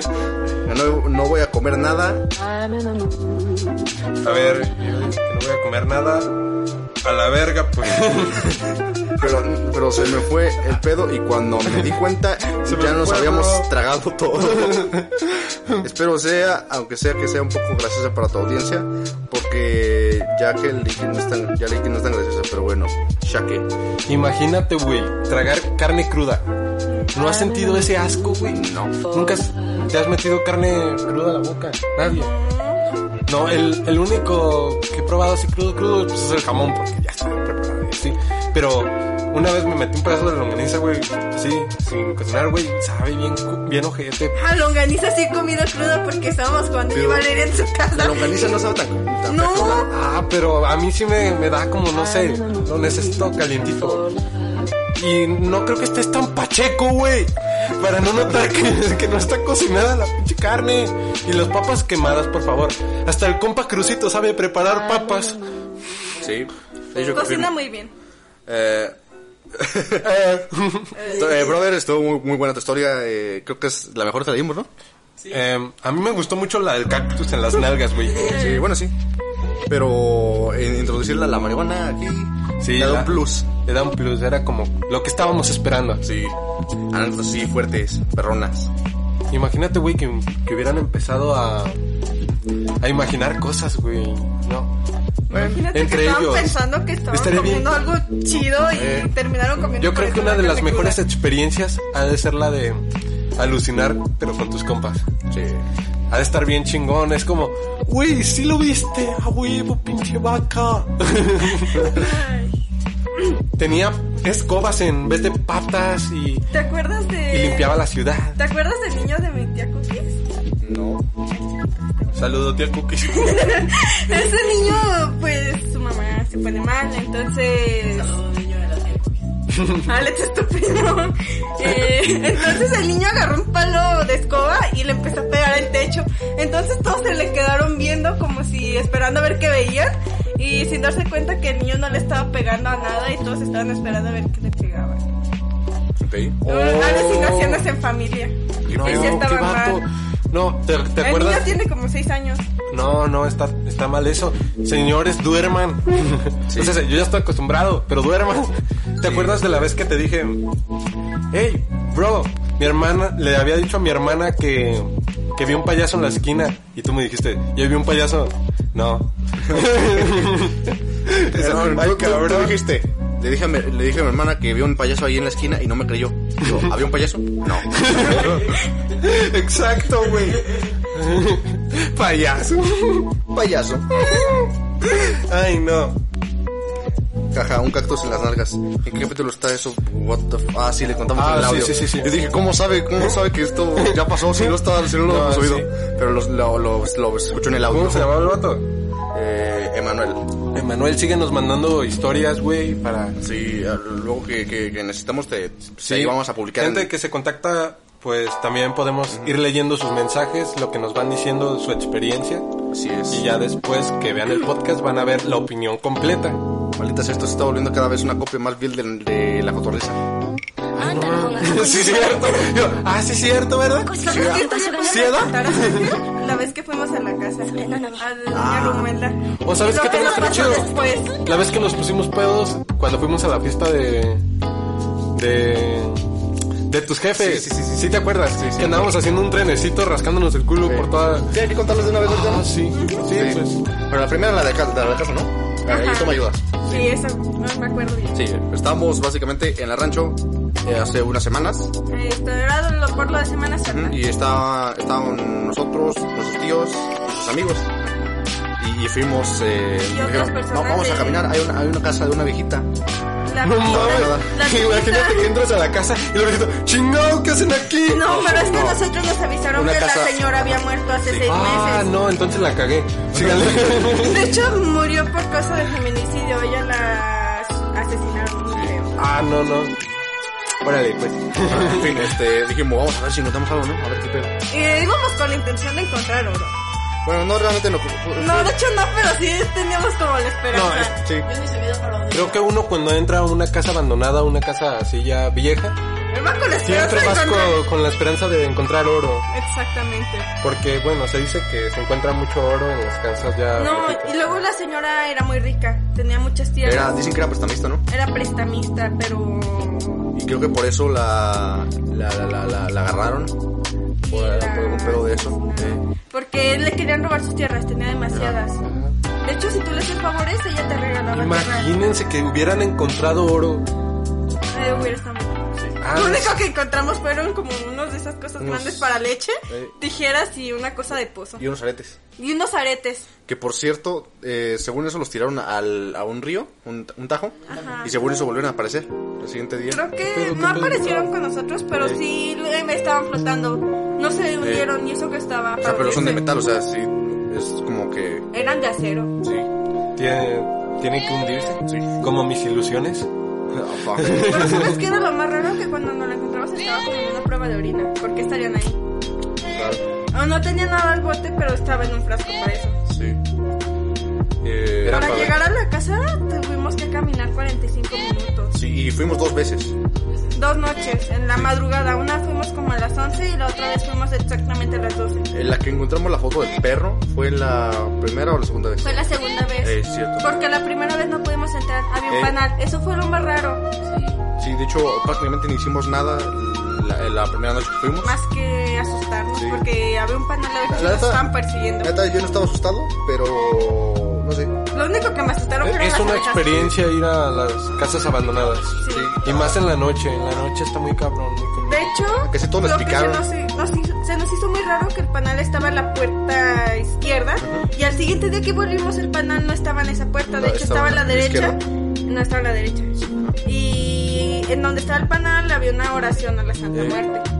A: No, no voy a comer nada.
B: A ver, yo dije que no voy a comer nada. A la verga, pues.
A: Pero, pero se me fue el pedo y cuando me di cuenta
B: Se me
A: ya nos
B: fue,
A: habíamos
B: bro.
A: tragado todo. Espero sea, aunque sea que sea un poco graciosa para tu audiencia, porque ya que el líquido no es tan, ya leí que no es tan graciosa, pero bueno, ya que.
B: Imagínate, güey, tragar carne cruda. ¿No has sentido ese asco, güey? No. ¿Nunca has- te has metido carne cruda a la boca? Nadie. No, el, el único que he probado así crudo, crudo, pues es el jamón, porque ya está preparado y así. Pero una vez me metí un pedazo de longaniza, güey, así, sin cocinar, güey, sabe bien, cu- bien ojete.
C: Ah, longaniza sí he comido cruda porque estábamos jugando y
A: Pero-
C: Valeria en su casa.
A: La longaniza no sabe tan. tan
C: No,
B: Ah, pero a mí sí me, me da como, no sé, lo necesito calientito. Y no creo que estés tan pacheco, güey. Para no notar que, que no está cocinada la pinche carne. Y las papas quemadas, por favor. Hasta el compa Crucito sabe preparar papas.
A: Sí. Yo
C: cocina muy bien.
A: Eh,
B: Eh,
A: Eh, brother, estuvo muy, muy buena tu historia. eh, creo que es la mejor que leímos, ¿no?
B: eh, a mí me gustó mucho la del cactus en las nalgas, güey.
A: Sí, bueno, sí. Pero eh, introducirla a la marihuana aquí
B: Sí,
A: le da
B: la-
A: un plus.
B: Le da un plus, era como lo que estábamos esperando.
A: Sí. Anécdotas así fuertes, perronas.
B: Imagínate, güey, que, que hubieran empezado a, a imaginar cosas, güey. No.
C: Imagínate
B: Entre
C: que estaban
B: ellos.
C: pensando que estaban
B: Estaría bien.
C: comiendo algo chido y
B: Eh,
C: terminaron comiendo.
B: Yo creo que una de las mejores experiencias ha de ser la de alucinar, pero con tus compas.
A: Sí.
B: Ha de estar bien chingón, es como, güey, sí lo viste, a huevo, pinche vaca. Tenía escobas en vez de patas y,
C: ¿Te acuerdas de.?
B: y limpiaba la ciudad.
C: ¿Te acuerdas del niño de mi tía Cookies?
A: No.
B: Saludo, tía Cookies.
C: Ese niño, pues, su mamá se pone mal, entonces.
D: Saludos, niño de la tía Cookies.
C: Alex es tu primo. Eh, entonces el niño agarró un palo de escoba y le empezó a pegar al techo. Entonces todos se le quedaron viendo como si esperando a ver qué veían y sin darse cuenta que el niño no le estaba pegando a nada y todos estaban esperando a ver qué le pegaba.
A: Ok. Oh.
C: Alucinaciones en familia.
B: No,
C: Ese
B: qué
C: estaba
B: vato.
C: mal.
B: No, ¿te, te
C: El niño
B: acuerdas?
C: tiene como 6 años.
B: No, no, está, está mal eso. Señores, duerman. Entonces, yo ya estoy acostumbrado, pero duerman. ¿Te acuerdas de la vez que te dije, hey, bro, mi hermana, le había dicho a mi hermana que, que vi un payaso en la esquina y tú me dijiste, yo vi un payaso. No. Dices,
A: Pero,
B: "Ay,
A: tú- tú- tú
B: cabrón".
A: dijiste? Le dije, a mi, le dije a mi hermana que vio un payaso ahí en la esquina y no me creyó. Digo, ¿había un payaso? No.
B: Exacto, güey. payaso.
A: payaso.
B: Ay, no.
A: Caja, un cactus en las nalgas. ¿En qué capítulo está eso? What the f- ah, sí, le contamos
B: Ah,
A: en el
B: sí,
A: audio.
B: sí, sí, sí.
A: Yo dije, ¿cómo sabe, cómo sabe que esto ya pasó si no, está, si no lo
B: No,
A: hemos oído?
B: Ah, sí.
A: Pero los- lo, lo, lo escucho en el audio.
B: ¿Cómo se llamaba el vato?
A: Eh, Emanuel.
B: Emanuel, síguenos mandando historias, güey, para
A: Sí, ah, luego que, que, que necesitamos te... Sí, ahí vamos a publicar.
B: Gente
A: en-
B: que se contacta, pues también podemos ir leyendo sus mensajes, lo que nos van diciendo, su experiencia.
A: Así es.
B: Y ya después que vean el podcast van a ver la opinión completa.
A: Maldita sea, esto se está volviendo cada vez una copia más vil de, de la cotorriza.
E: あんたの方が
B: sí, cierto. Yo, ah, sí, cierto, ¿verdad?
C: ¿Sabes qué? Entonces,
B: ¿Sí,
C: ¿puedes
B: Ada?
C: contar a Jorge pues, La vez que fuimos a la casa. A la niña Rumela.
B: O sabes
C: Lo
B: qué también
C: que nos
B: estuvo
C: pasó
B: chido?
C: después.
B: La vez que nos pusimos pedos cuando fuimos a la fiesta de... De... De tus jefes.
A: Sí, sí, sí, sí.
B: te acuerdas? que andábamos haciendo un trenecito rascándonos el culo por toda...
A: Sí, hay que contarlos de una vez, ahorita,
B: Ah,
A: ¿no?
B: sí. Sí,
A: Sí.
B: pues...
A: Pero Ah. la primera la de, ca- la de la casa, ¿no? Ahí
C: Ajá.
A: tú me ayudas.
C: Sí, eso, no me acuerdo bien.
A: Sí, estábamos básicamente en la rancho eh, hace unas semanas.
C: Esto era lo- por lo de Semana
B: Mm.
C: Santa.
A: Y estaba, estaban nosotros, nuestros tíos, nuestros amigos. Y, y fuimos, eh,
C: Y otras
A: dijeron,
C: personas
A: "No, vamos a
C: de-
A: caminar, hay una, hay una casa de una viejita.
C: La la
B: No
C: pizza- la
B: mames. Imagínate que
C: pizza-
B: entras a la casa y lo grito, chingado, ¿qué hacen aquí?
C: No, pero es que
A: No.
C: nosotros nos avisaron
A: Una
C: que
A: casa-
C: la señora había muerto hace seis
B: Ah,
C: meses.
B: no, entonces la cagué. Síganle.
C: De hecho, murió por causa de feminicidio. Ella la asesinaron, creo.
B: Ah, no, no. Órale, pues.
A: En fin, este, dijimos, vamos a ver si encontramos algo, ¿no? A ver qué pedo.
C: Y íbamos con la intención de encontrar oro.
A: Bueno, no, realmente no. fue-
C: No, de hecho no, pero sí teníamos como la
A: No,
C: esperanza.
A: es- sí.
D: Yo ni sabía para dónde.
B: Creo que uno cuando entra a una casa abandonada, una casa así ya vieja,
C: Él va con la esperanza
B: siempre
C: de
B: vas co-
C: encontrar.
B: con, la esperanza de encontrar oro.
C: Exactamente.
B: Porque, bueno, se dice que se encuentra mucho oro en las casas ya
C: No,
B: viejitas.
C: y luego la señora era muy rica, tenía muchas tierras.
A: Era,
C: Era,
A: dicen que era prestamista, ¿no?
C: prestamista, pero.
A: Y creo que por eso la, la, la, la, la, la agarraron. Por,
C: la-
A: por algún pedo de eso. eh.
C: Porque le querían robar sus tierras, tenía demasiadas. De hecho, si tú le hacías favores, ella te regalaba tierras.
B: Imagínense que hubieran encontrado oro.
C: Eh, hubiera estado muy bien.
B: Ah,
C: Lo
B: no
C: único
B: sé.
C: que encontramos fueron como unos de esas cosas
A: Unos-
C: grandes para leche,
A: Eh.
C: tijeras y una cosa de pozo.
A: Y unos aretes.
C: Y unos aretes.
A: Que por cierto, eh, según eso los tiraron al, a un río, un, un tajo,
C: Ajá.
A: y según eso volvieron a aparecer el siguiente día.
C: Creo que
B: Pero
C: no
B: tendrán-
C: aparecieron con nosotros, pero
B: Eh.
C: sí eh, estaban flotando. No se hundieron y eso que estaba.
A: O sea, pero son de
C: hundirse.
A: metal, o sea, sí, es como que...
C: Eran de acero.
A: Sí,
B: Tiene, tiene que hundirse.
A: sí.
B: Como mis ilusiones.
A: Ah, fuck.
C: Pero sabes que era lo más raro que cuando nos la encontramos estaba como en una prueba de orina. ¿Por qué estarían ahí?
A: Claro,
C: O no tenía nada al bote, pero estaba en un frasco para eso.
A: sí. Eh,
B: Era
C: Para
B: para-
C: llegar a la casa tuvimos que caminar 45 minutos.
A: sí, y fuimos dos veces.
C: Dos noches, en la madrugada. Una fuimos como a las 11 y la otra vez fuimos exactamente a las 12.
A: En la que encontramos la foto del perro fue la primera o la segunda vez.
C: Fue la segunda vez.
A: Eh, cierto.
C: Porque la primera vez no pudimos entrar, había un
A: Eh.
C: panal. Eso fue lo más raro.
A: Sí, de hecho, prácticamente no hicimos nada la, la primera noche que fuimos.
C: Más que asustarnos,
A: Sí.
C: porque había un panal de que
A: La
C: nos
A: neta-
C: estaban persiguiendo.
A: Neta, yo no estaba asustado, pero... no sé.
C: Lo único que me asustaron fueron
B: Eh, Es
C: las
B: una
C: orejas.
B: experiencia ir a las casas abandonadas.
C: Sí.
B: Y más en la noche. En la noche está muy cabrón. muy cabrón.
C: De hecho,
A: Casi todos nos
C: lo que se
A: picaron.
C: nos, hi- nos hizo, se nos hizo muy raro que el panal estaba en la puerta izquierda y al siguiente día que volvimos el panal no estaba en esa puerta,
A: No,
C: de hecho
A: estaba
C: estaba
A: en
C: a la
A: la
C: derecha.
A: izquierda.
C: No estaba a la derecha. Y en donde estaba el panal había una oración a la Santa
B: Eh.
C: Muerte.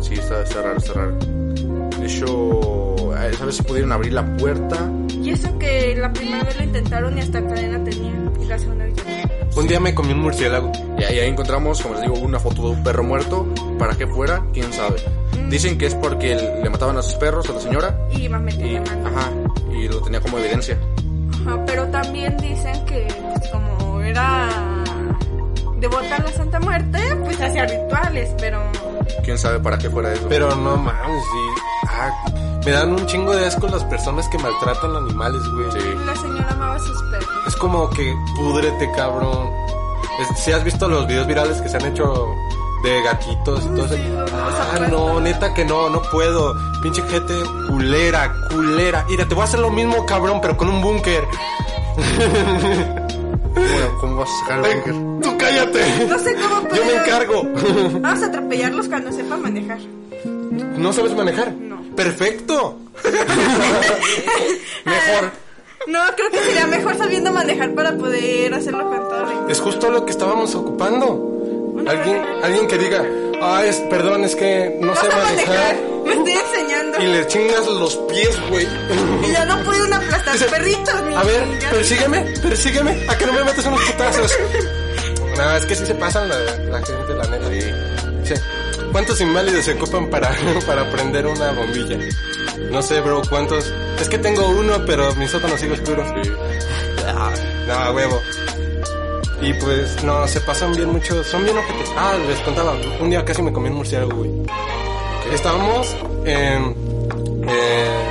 A: Sí, está, está raro, está raro. De hecho, a esa vez sí pudieron abrir la puerta.
C: Y eso que la primera vez lo intentaron y hasta cadena tenía y la segunda vez ya no.
B: Un día me comí un murciélago.
A: Y ahí, ahí encontramos, como les digo, una foto de un perro muerto. ¿Para qué fuera? ¿Quién sabe? Dicen que es porque el- le mataban a sus perros, a la señora.
C: Y más
A: Y,
C: metió la mano.
A: ajá, y lo tenía como evidencia.
C: Ajá, pero también dicen que pues, como era devota a la Santa Muerte, pues hacía rituales, pero
A: ¿Quién sabe para qué fuera eso?
B: Pero no mames, sí. Ah, me dan un chingo de asco las personas que maltratan animales, güey.
A: Sí.
C: la señora amaba a sus perros.
B: Es como que pudrete, cabrón. Si has visto los videos virales que se han hecho de gatitos y todo eso.
C: Sí, los
B: Ah,
C: desapuestos.
B: no, neta que no, no puedo. Pinche gente culera, culera. Mira, te voy a hacer lo mismo, cabrón, pero con un búnker.
A: ¿Cómo, cómo vas a sacar el búnker?
B: Tú cállate.
C: No sé cómo
B: Yo me
C: pudieron-
B: encargo.
C: Vamos a atropellarlos cuando sepa manejar.
B: ¿No sabes manejar?
C: No.
B: Perfecto.
A: Mejor.
C: Ah, No, creo que sería mejor sabiendo manejar para poder hacerlo con todo el
B: Es justo lo que estábamos ocupando. Alguien, alguien que diga, ah, es, perdón, es que no sé
C: Vamos a manejar.
B: manejar.
C: Me estoy enseñando.
B: Y le chingas los pies, güey.
C: Y ya no pueden aplastar
B: Dice,
C: perritos. ni
B: A ver,
C: chingar.
B: persígueme, persígueme, a que no me metas unos putazos. Nada, es que sí se pasan la, la gente, la neta. Sí. ¿Cuántos inválidos se ocupan para, para prender una bombilla? No sé, bro, ¿cuántos? Es que tengo uno, pero mi sótano sigue oscuro. Ah, No, huevo. Y pues, no, se pasan bien mucho. Son bien ojetes. Ah, les contaba. Un día casi me comí un murciélago, güey. Estábamos en. en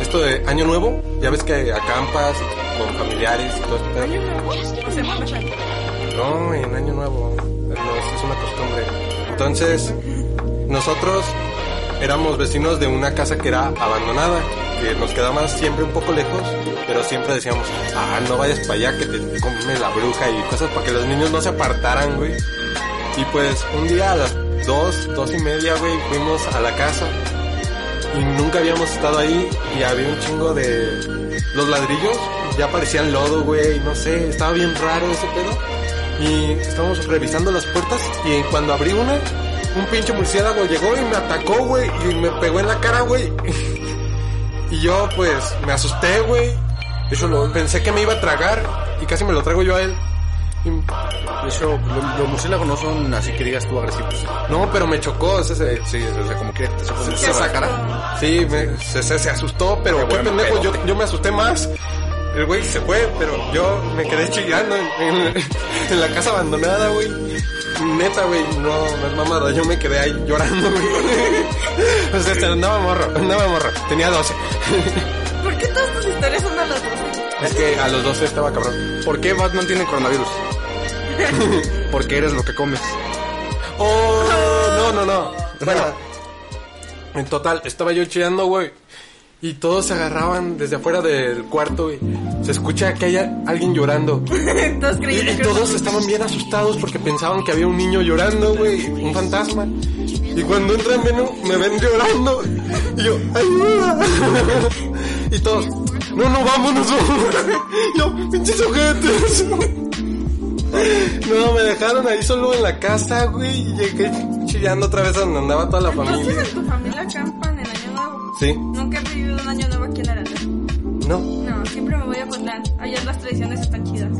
B: esto de Año Nuevo. Ya ves que acampas y con familiares y todo este pedo.
C: Año nuevo, o Semana Santa.
B: No, en Año Nuevo. No, eso es una costumbre. Entonces, nosotros éramos vecinos de una casa que era abandonada, que nos quedaba siempre un poco lejos, pero siempre decíamos, ah, no vayas para allá que te come la bruja y cosas para que los niños no se apartaran, güey. Y pues un día a las dos, dos y media, güey, fuimos a la casa y nunca habíamos estado ahí y había un chingo de los ladrillos, ya parecían lodo, güey, no sé, estaba bien raro ese pedo. Y estábamos revisando las puertas y cuando abrí una, un pinche murciélago llegó y me atacó, güey, y me pegó en la cara, güey. Y yo, pues, me asusté, güey. De hecho, lo- pensé que me iba a tragar y casi me lo traigo yo a él. Y-
A: De hecho, lo- los murciélagos no son así que digas tú agresivos.
B: no, pero me chocó, o sea, se-
A: Sí, o sea, como que te sacó
B: se,
A: un
B: se
A: murciélago de la cara.
B: saca- Sí, me- se, se- se asustó, pero
A: Qué
B: qué
A: buen
B: pendejo,
A: pedote.
B: yo, yo me asusté más. El güey se fue, pero yo me quedé chillando en, en- en la casa abandonada, güey. Neta, güey, no, no es mamada, yo me quedé ahí llorando, güey. O sea, se- andaba morro, andaba morro, tenía 12.
C: ¿Por qué todas tus historias son a los dos?
B: Es que a los 12 estaba cabrón.
A: ¿Por qué Batman tiene coronavirus? Porque eres lo que comes.
B: Oh, no, no, no. Bueno, en total, estaba yo chillando, güey. Y todos se agarraban desde afuera del cuarto, güey. Se escucha que hay a- alguien llorando.
C: Todos
B: Y,
C: creyendo
B: y
C: que
B: todos estaban bien asustados porque pensaban que había un niño llorando, güey, un fantasma. Y cuando entran ven un- me ven llorando y yo, ayuda. Y todos, no, no, vámonos, vámonos. Yo, pinches ojetes. No, me dejaron ahí solo en la casa, güey, y llegué chillando otra vez a donde andaba toda la
C: Entonces
B: familia.
C: en tu familia acampan el año nuevo.
B: Sí,
C: Nunca he vivido un año nuevo aquí en Aranda.
B: no.
C: No, siempre me voy a contar. Allá las tradiciones están chidas.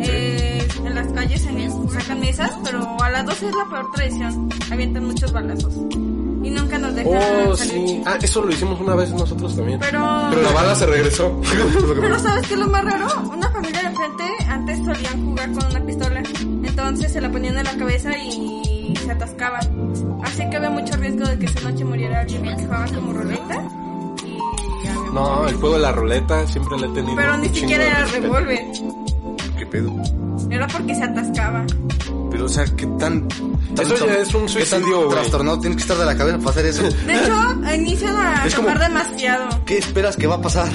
C: Eh, en las calles en- sacan mesas, pero a las 12 es la peor tradición. Avientan muchos balazos. Y nunca nos dejan
B: Oh,
C: salir.
B: sí. Ah, eso lo hicimos una vez nosotros también.
C: Pero-
B: Pero la bala se regresó.
C: Pero ¿sabes qué es lo más raro? Una familia de enfrente antes solían jugar con una pistola. Entonces se la ponían en la cabeza y se atascaban. Así que había mucho riesgo de que esa noche muriera alguien porque jugaban como ruleta. Y había mucho
B: No, el
C: riesgo.
B: juego de la ruleta siempre le he tenido.
C: Pero
B: un
C: ni
B: chingo
C: siquiera
B: de
C: era
B: respeto.
C: revólver.
A: ¿Qué pedo?
C: Era porque se atascaba.
A: Pero, o sea, ¿qué tan... tan
B: Eso ya es un
A: qué tan
B: suicidio, güey.
A: trastornado tienes que estar de la cabeza para hacer eso.
C: De hecho, inician a
A: Es como-
C: tomar demasiado.
A: ¿Qué esperas que va a pasar?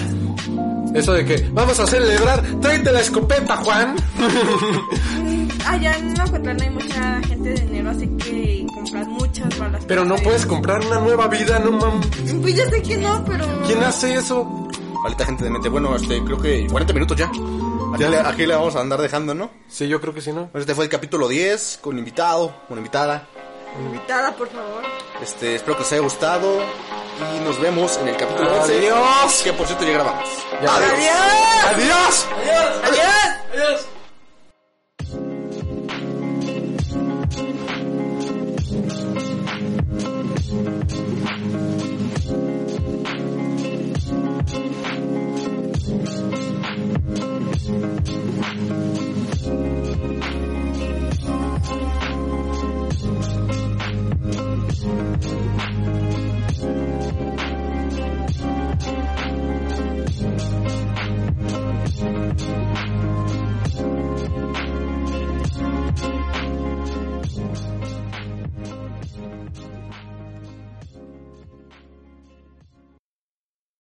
B: Eso de que vamos a celebrar, tráete la escopeta, Juan.
C: Mm, Allá en Ocotlán hay mucha gente de dinero, así que compras muchas balas.
B: Pero no puedes comprar una nueva vida, no mam.
C: Pues ya sé que no, pero...
B: ¿Quién hace eso?
A: Ahorita, gente de mente. Bueno, este, creo que 40 minutos ya. Aquí,
B: Ya.
A: Le, aquí le vamos a andar dejando, ¿no?
B: Sí, yo creo que sí, ¿no?
A: Este fue el capítulo 10, con invitado, con invitada.
C: Invitada, por favor.
A: Este, espero que les haya gustado. Y nos vemos en el capítulo 11.
B: Adiós.
A: Que por cierto ya grabamos.
B: Ya.
C: ¡Adiós!
B: Adiós.
D: Adiós.
C: ¡Adiós!
D: Adiós.